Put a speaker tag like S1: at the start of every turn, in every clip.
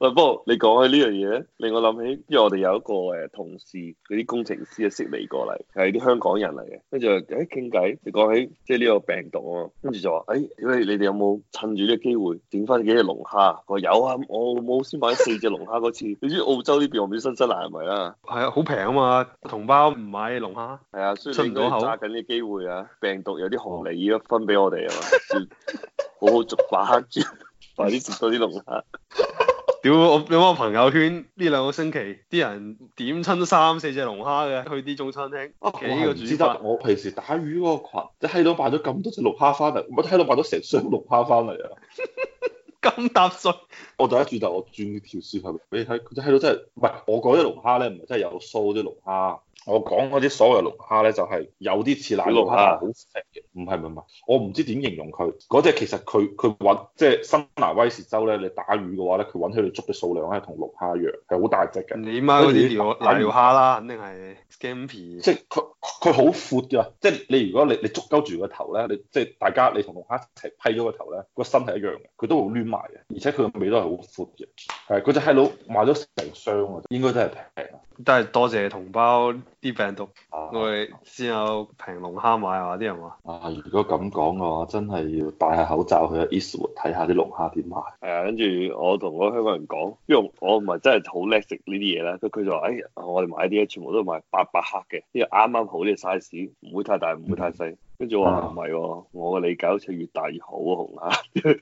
S1: 喂，不過你講起呢樣嘢，令我諗起，因為我哋有一個誒同事，嗰啲工程師啊悉尼過嚟，係啲香港人嚟嘅，跟住誒傾偈，你講起即係呢個病毒 啊，跟住就話誒，屌、你你哋有冇趁住呢個機會整翻幾隻龍蝦？我話有啊，我冇先買四隻龍蝦嗰次，你知澳洲呢邊我唔知新西蘭係咪啦？
S2: 係啊，好平啊嘛，同胞唔買龍蝦。
S1: 係啊，所以你應該
S2: 出唔到口
S1: 揸緊呢個機會啊，病毒有啲紅利而家分俾我哋啊嘛，要好好捉把握住， 快啲食多啲龍蝦。
S2: 屌我有我朋友圈呢兩個星期啲人點親三四隻龍蝦嘅，去啲中餐廳
S3: 啊！我
S2: 屋企呢
S3: 係
S2: 個
S3: 唔知
S2: 煮
S3: 得，
S2: 法，
S3: 我平時打魚嗰個羣，即閪佬買咗咁多隻龍蝦翻嚟，我閪佬買咗成箱龍蝦翻嚟啊！
S2: 咁搭水。
S3: 我第一轉頭我轉條視頻俾你睇，佢喺度真係，唔係我講啲龍蝦咧，唔係真係有鬚啲龍蝦。我講嗰啲所謂龍蝦咧，就係、有啲似奶龍蝦，但係好肥嘅。唔係唔係唔係，我唔知點形容佢。嗰只其實佢佢揾即係新南威士州咧，你打魚嘅話咧，佢揾起你捉嘅數量咧，同龍蝦一樣，係好大隻嘅。
S2: 你媽嗰啲料
S3: 打完
S2: 瀨尿蝦啦，肯定係 scampi。
S3: 即係佢佢好闊㗎，即係你如果你你捉鳩住個頭咧，你即係大家你同龍蝦一齊批咗個頭咧，個身係一樣嘅，佢都會攣埋嘅，而且佢個尾都係好闊嘅。係嗰只閪佬買咗成箱啊，應該真係平
S2: 都係多謝同胞啲病毒，
S3: 啊！
S2: 我哋先有平龍蝦買啊！啲人話
S3: 啊，如果咁講嘅話，真係要戴下口罩去 Eastwood 睇下啲龍蝦點賣。
S1: 係啊，跟住我同嗰個香港人講，因為我唔係真係好叻食呢啲嘢啦，佢佢就話：，哎呀，我哋買啲嘢全部都買八百克嘅，呢個啱啱好呢個 size，唔會太大，唔會太
S2: 嗯
S1: 細。跟住我話
S3: 啊
S1: 唔係喎，我嘅理解好似越大越好啊，紅蝦。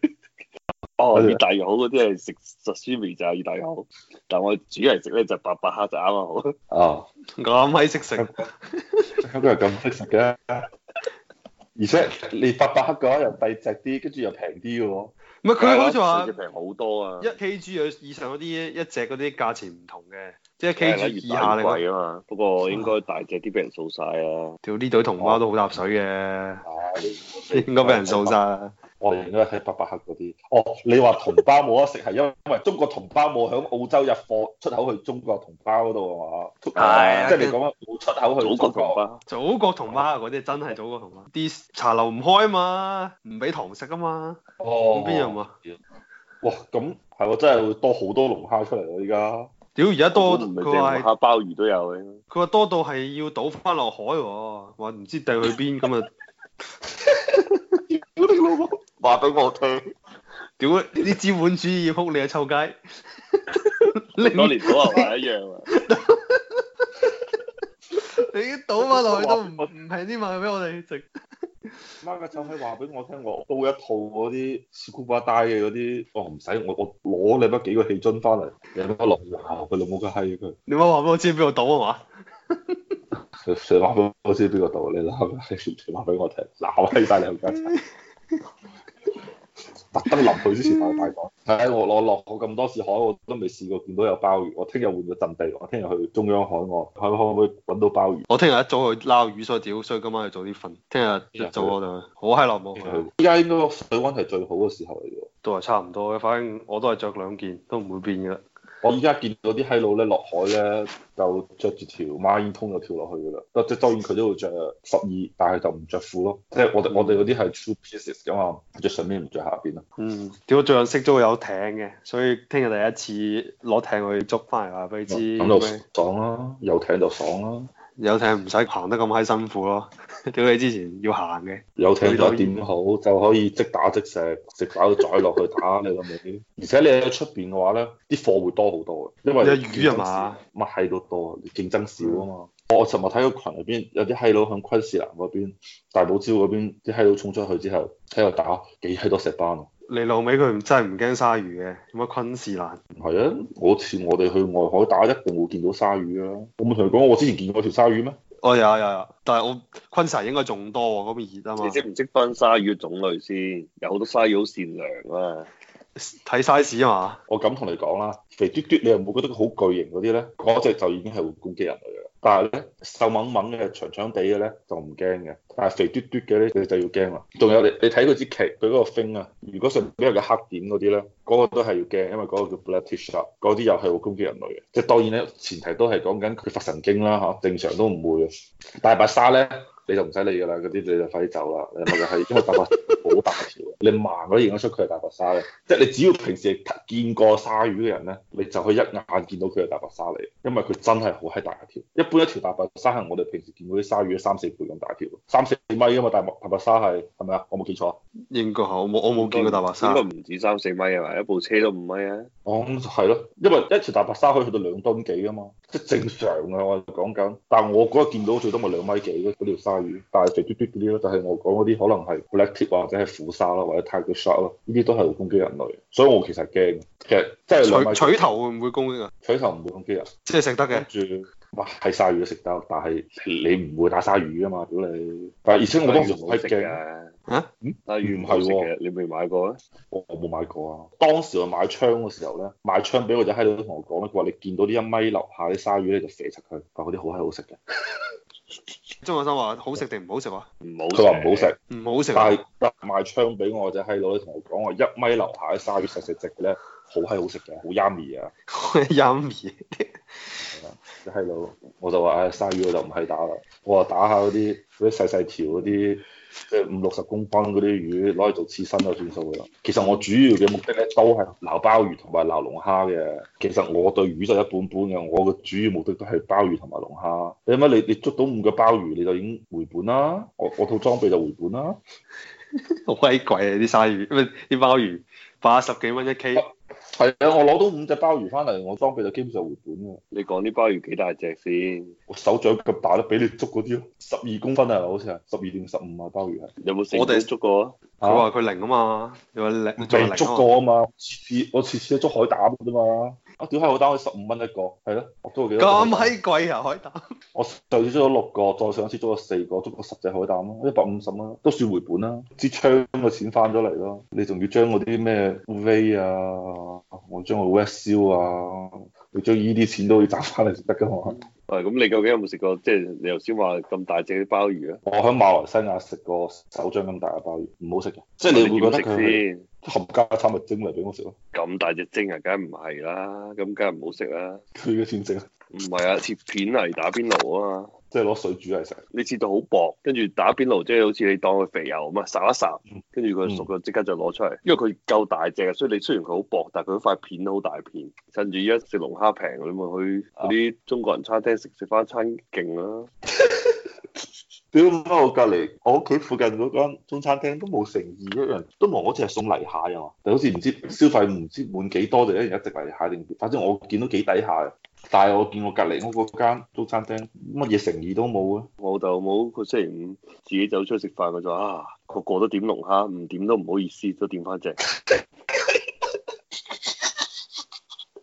S1: 哦，
S3: 跟住
S1: 越大越好嗰啲係食壽司味就係越大越好，但我煮嚟食咧就八百克就啱啱好。
S3: 啊，
S2: 我啱閪識食，
S3: 香港人咁識食嘅，而且你八百克嘅話又低隻啲，跟住又平啲嘅喎。
S2: 唔
S1: 啊
S2: 係佢好似話
S1: 細隻平好多啊，
S2: 一 kg 有以上嗰啲一隻嗰啲價錢唔同嘅，即係
S1: 係啦
S2: kg
S1: 越
S2: 以
S1: 大
S2: 下
S1: 越
S2: 你話
S1: 貴啊嘛。不過應該大隻啲俾人掃晒啊。
S2: 屌呢隊同胞都好搭水嘅，
S3: 啊唉
S2: 應該俾人掃晒。
S3: 我哋應該睇八百克嗰啲。哦，你話同胞冇得啊食係因為中國同胞冇響澳洲入貨出口去中國同胞嗰度啊嘛？出口
S1: 係啊
S3: 即係你講緊冇出口去
S1: 祖國
S3: 中國
S1: 同胞，
S2: 祖國同胞啊嗰啲真係祖國同胞，啲茶樓唔開嘛，唔俾堂食啊嘛，
S3: 哦
S2: 咁邊有啊？
S3: 哇，咁係喎，真係會多好多龍蝦出嚟喎！依家
S2: 屌而家多
S1: 唔係
S2: 佢
S1: 淨
S2: 話
S1: 係
S2: 係
S1: 蝦鮑魚都有嘅。
S2: 佢話多到係要倒翻落海喎，話唔知掟去邊咁啊！
S3: 屌你老母！話俾我聽，
S2: 屌呢啲資本主義撲你啊臭 街！
S1: 咁多
S2: 你
S1: 年早啊嘛一 樣啊，
S2: 你倒翻落去都 唔唔平啲賣俾我哋食，
S3: 媽嘅就係話俾我聽，我煲一套嗰啲 scuba d 嘅嗰啲，我唔使，我我攞你乜幾個氣樽翻嚟，你乜落鬧佢老母嘅閪佢，
S2: 你咪話俾我知邊度倒啊嘛？
S3: 佢你話俾我知邊個道理啦， 你話俾我聽，鬧閪晒你冚家鏟。特登臨去之前買大港。係我我落過咁多次海，我都未試過見到有鮑魚。我聽日換咗陣地，我聽日去中央海岸，睇可唔可以揾到鮑魚。
S2: 我聽日一早去撈魚，所以屌，所以今晚要早啲瞓。聽日一早我 就去好閪耐冇去，
S3: 依家應該個水温係最好嘅時候嚟嘅。
S2: 都係差唔多嘅。反正我都係着兩件，都唔會變嘅啦。
S3: 我依家見到啲閪佬咧落海咧，就着住條孖煙通就跳落去㗎啦。不即係當然佢都會着十二，但係就唔着褲咯。即係我哋我哋嗰啲係 two pieces 㗎嘛，着上面唔着下邊咯。
S2: 嗯，屌，最近識咗個有艇嘅，所以聽日第一次攞艇去捉翻嚟話俾你
S1: 哦
S2: 知。
S3: 咁就爽啦，有艇就爽啦。
S2: 有艇唔使行得咁閪辛苦咯。屌你之前要行嘅，
S3: 有艇就點好，就可以即打即食，食飽就再落去打你老味。而且你喺出邊嘅話咧，啲貨會多好多嘅，因為
S2: 有魚啊嘛嗯
S3: 競爭少，乜閪都多，競爭少啊嘛。我我尋日睇個群入邊有啲閪佬響昆士蘭嗰邊、大堡礁嗰邊啲閪佬衝出去之後喺度打幾閪多石斑啊！
S2: 你老尾佢唔真係唔驚鯊魚嘅，咁啊昆士蘭
S3: 唔係啊，我似我哋去外海打一定會見到鯊魚啊！我冇同佢講我之前見過條鯊魚咩？
S2: 我哦有有有，但係我昆士蘭應該仲多喎，嗰邊熱啊嘛
S1: 你。識唔識分鯊魚嘅種類先？有好多鯊魚好善良啊嘛，
S2: 睇 size 啊嘛，
S3: 我咁同你講啦，肥嘟嘟你又唔會覺得佢好巨型嗰啲咧，嗰只就已經係會攻擊人類嘅啦。但係咧瘦掹掹嘅長長地嘅咧就唔驚嘅，但係肥嘟嘟嘅咧你就要驚啦。仲有你你睇佢支旗，佢嗰個 fin 啊，如果上邊有個黑點嗰啲咧，嗰、個都係要驚，因為嗰個叫 black tip shark，嗰啲又係會攻擊人類嘅。即係當然咧，前提都係講緊佢發神經啦嚇，正常都唔會嘅。大白鯊咧你就唔使理㗎啦，嗰啲你就快啲走啦，你咪就係因為大白鯊好好大條嘅，你盲都認得出佢係大白鯊嘅。即係你只要平時係見過鯊魚嘅人咧，你就可以一眼見到佢係大白鯊嚟，因為佢真係好閪大條。一般一條大白鯊係我哋平時見嗰啲鯊魚嘅三四倍咁大條，三四米㗎嘛，大白大白鯊係係咪啊？我冇記錯啊。
S2: 應該係我冇我冇見過大白
S1: 應該
S2: 鯊，
S1: 唔止三四米係嘛，一部車都五米啊。
S3: 哦，咁就係咯，因為一條大白鯊可以去到兩噸幾噶啊嘛，即係正常嘅我哋講緊。但係我嗰日見到最多咪兩米幾嗰嗰條鯊魚，但係肥嘟嘟嗰啲咯，就係我講嗰啲可能係 black tip 啊或者係虎鯊啦，或者 tiger shark 咯，呢啲都係會攻擊人類，所以我其實驚，其實真係兩米
S2: 取取頭會唔會攻擊啊？
S3: 取頭唔會攻擊人，
S2: 即係食得嘅
S1: 嗯
S3: 跟。住。哇，係鯊魚都食得，但係你唔會打鯊魚噶啊嘛，屌你！但係而且我當時好閪
S1: 食
S3: 驚。
S1: 㗎。
S2: 嚇？
S1: 嗯鯊魚
S3: 唔
S1: 唔
S3: 係
S1: 係食
S3: 喎
S1: 嘅，你未買過啊？
S3: 我我冇買過啊！當時我買槍嘅時候咧，買槍俾我隻閪佬同我講咧，佢話你見到呢一米樓下啲鯊魚咧就射柒佢，話嗰啲好閪好食嘅。
S2: 張學生話好食定唔好食啊？
S1: 唔好。
S3: 佢話唔好。食，
S2: 唔好食
S3: 但
S2: 啊！
S3: 係買槍俾我隻閪佬咧同我講話一米樓下啲鯊魚細細隻嘅咧，好閪好食嘅，好 yummy 啊！
S2: 陰兒
S3: 隻閪佬我就話唉、鯊魚我就唔係打啦，我話打下嗰啲嗰啲細細條嗰啲即係五六十公分嗰啲魚攞嚟做刺身就算數㗎啦。其實我主要嘅目的咧都係撈鮑魚同埋撈龍蝦嘅。其實我對魚就一般般嘅，我嘅主要目的都係鮑魚同埋龍蝦。你諗下你你捉到五個鮑魚你就已經回本啦，我我套裝備就回本啦。
S2: 好鬼貴啊！啲鯊魚，唔係啲鮑魚，八十幾蚊一 K，
S3: 係啊，我攞到五隻鮑魚翻嚟，我裝備就基本上回本嘅。
S1: 你講啲鮑魚幾大隻先？
S3: 我手掌咁大都俾你捉嗰啲咯，十二公分啊，好似係十二定十五啊，鮑魚係。
S1: 有冇成
S2: 我哋
S1: 功捉過啊？
S2: 佢話佢零啊嘛，你話零，仲
S3: 未
S2: 話零
S3: 捉
S2: 啊嘛
S3: 過啊嘛，次次我次次都捉海膽嘅啫嘛。啊，屌海膽可以十五蚊一個，係咯，我捉過幾多？
S2: 咁閪貴啊！海膽
S3: 我上次捉咗六個，再上次捉咗四個，捉咗十隻海膽咯，一百五十蚊都算回本啦。支槍嘅錢翻咗嚟咯，你仲要將嗰啲咩 V 啊，我將個 West 燒啊，你將呢啲錢都要賺翻嚟先得㗎嘛。
S1: 喂，咁你究竟有冇食過？即係你頭先話咁大隻啲鮑魚啊？
S3: 我喺馬來西亞食過手掌咁大嘅鮑魚，唔好食嘅，即係你會覺
S1: 點
S3: 得佢係
S1: 食先？
S3: 冚家產咪蒸嚟俾我食咯，
S1: 咁大隻蒸啊，梗係唔係啦，咁梗係唔好食啦。
S3: 佢嘅錢蒸，
S1: 唔係啊，切片嚟打邊爐啊嘛，
S3: 即係攞水煮嚟食。
S1: 你切到好薄，跟住打邊爐即係好似你當佢肥油咁啊，烚一烚，跟住佢熟咗即刻就攞出嚟，因為佢夠大隻啊，所以你雖然佢好薄，但係佢嗰塊片都好大片。趁住依家食龍蝦平，你咪去嗰啲中國人餐廳食食翻餐勁啦。
S3: 屌乜！我隔離我屋企附近嗰間中餐廳都冇誠意一樣，都冇好似係送泥蟹啊嘛，但好似唔知消費唔知滿幾多就一人一隻泥蟹定，反正我見到幾抵下嘅。但係我見我隔離屋嗰間中餐廳乜嘢誠意都冇啊！
S1: 我老豆老母佢星期五自己走出去食飯，佢就話啊，個個都點龍蝦，唔點都唔好意思，都點翻隻。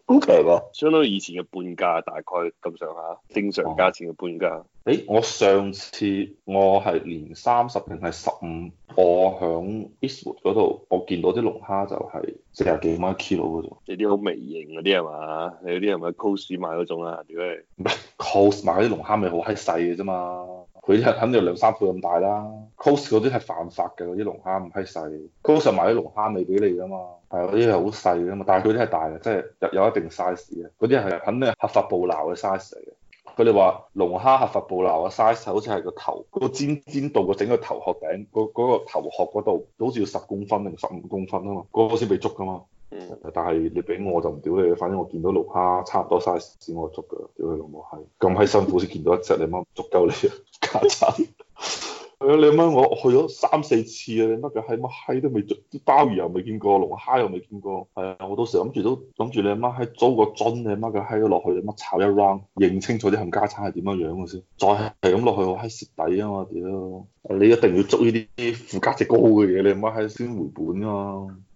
S3: 好平喎！
S1: 相當於以前嘅半價，大概咁上下，正常價錢嘅半價。
S3: 誒，我上次我係年三十定係十五，我響 Eastwood 嗰度，我見到啲龍蝦就係四廿幾蚊一 kilo 嗰度。
S1: 你啲好微型嗰啲係嘛？你嗰啲係咪 cos 買嗰種啊？屌你！
S3: Coles 買嗰啲龍蝦咪好閪細嘅啫嘛，佢啲肯定有兩三倍咁大啦。Coles 嗰啲係犯法嘅，嗰啲龍蝦唔閪細。Coles 買啲龍蝦未俾你噶嘛，係啊嗰啲係好細噶嘛，但係佢啲係大嘅，即係有有一定 size 嘅。嗰啲係肯定係合法捕撈嘅 size 嚟嘅。佢哋話龍蝦合法捕撈嘅 size 好似係個頭，嗰個尖尖度個整個頭殼頂，嗰、嗰個頭殼嗰度好似要十公分定十五公分啊嘛，嗰、個先被捉噶嘛。
S1: 嗯，
S3: 但係你俾我就唔屌你，反正我見到龍蝦差唔多 size 我捉㗎，屌你老母閪，咁閪辛苦先見到一隻，你媽唔捉鳩你啊，家產！係啊，你媽我去咗三四次啊，你媽嘅閪乜閪都未捉，啲鮑魚又未見過，龍蝦又未見過，係啊，我到時諗住都諗住你媽閪租個樽，你媽嘅閪都落去，你媽炒一 round，認清楚啲冚家產係點樣樣嘅先，再係咁落去我閪蝕底啊嘛，屌！你一定要捉呢啲附加值高嘅嘢，你媽閪先回本啊嘛！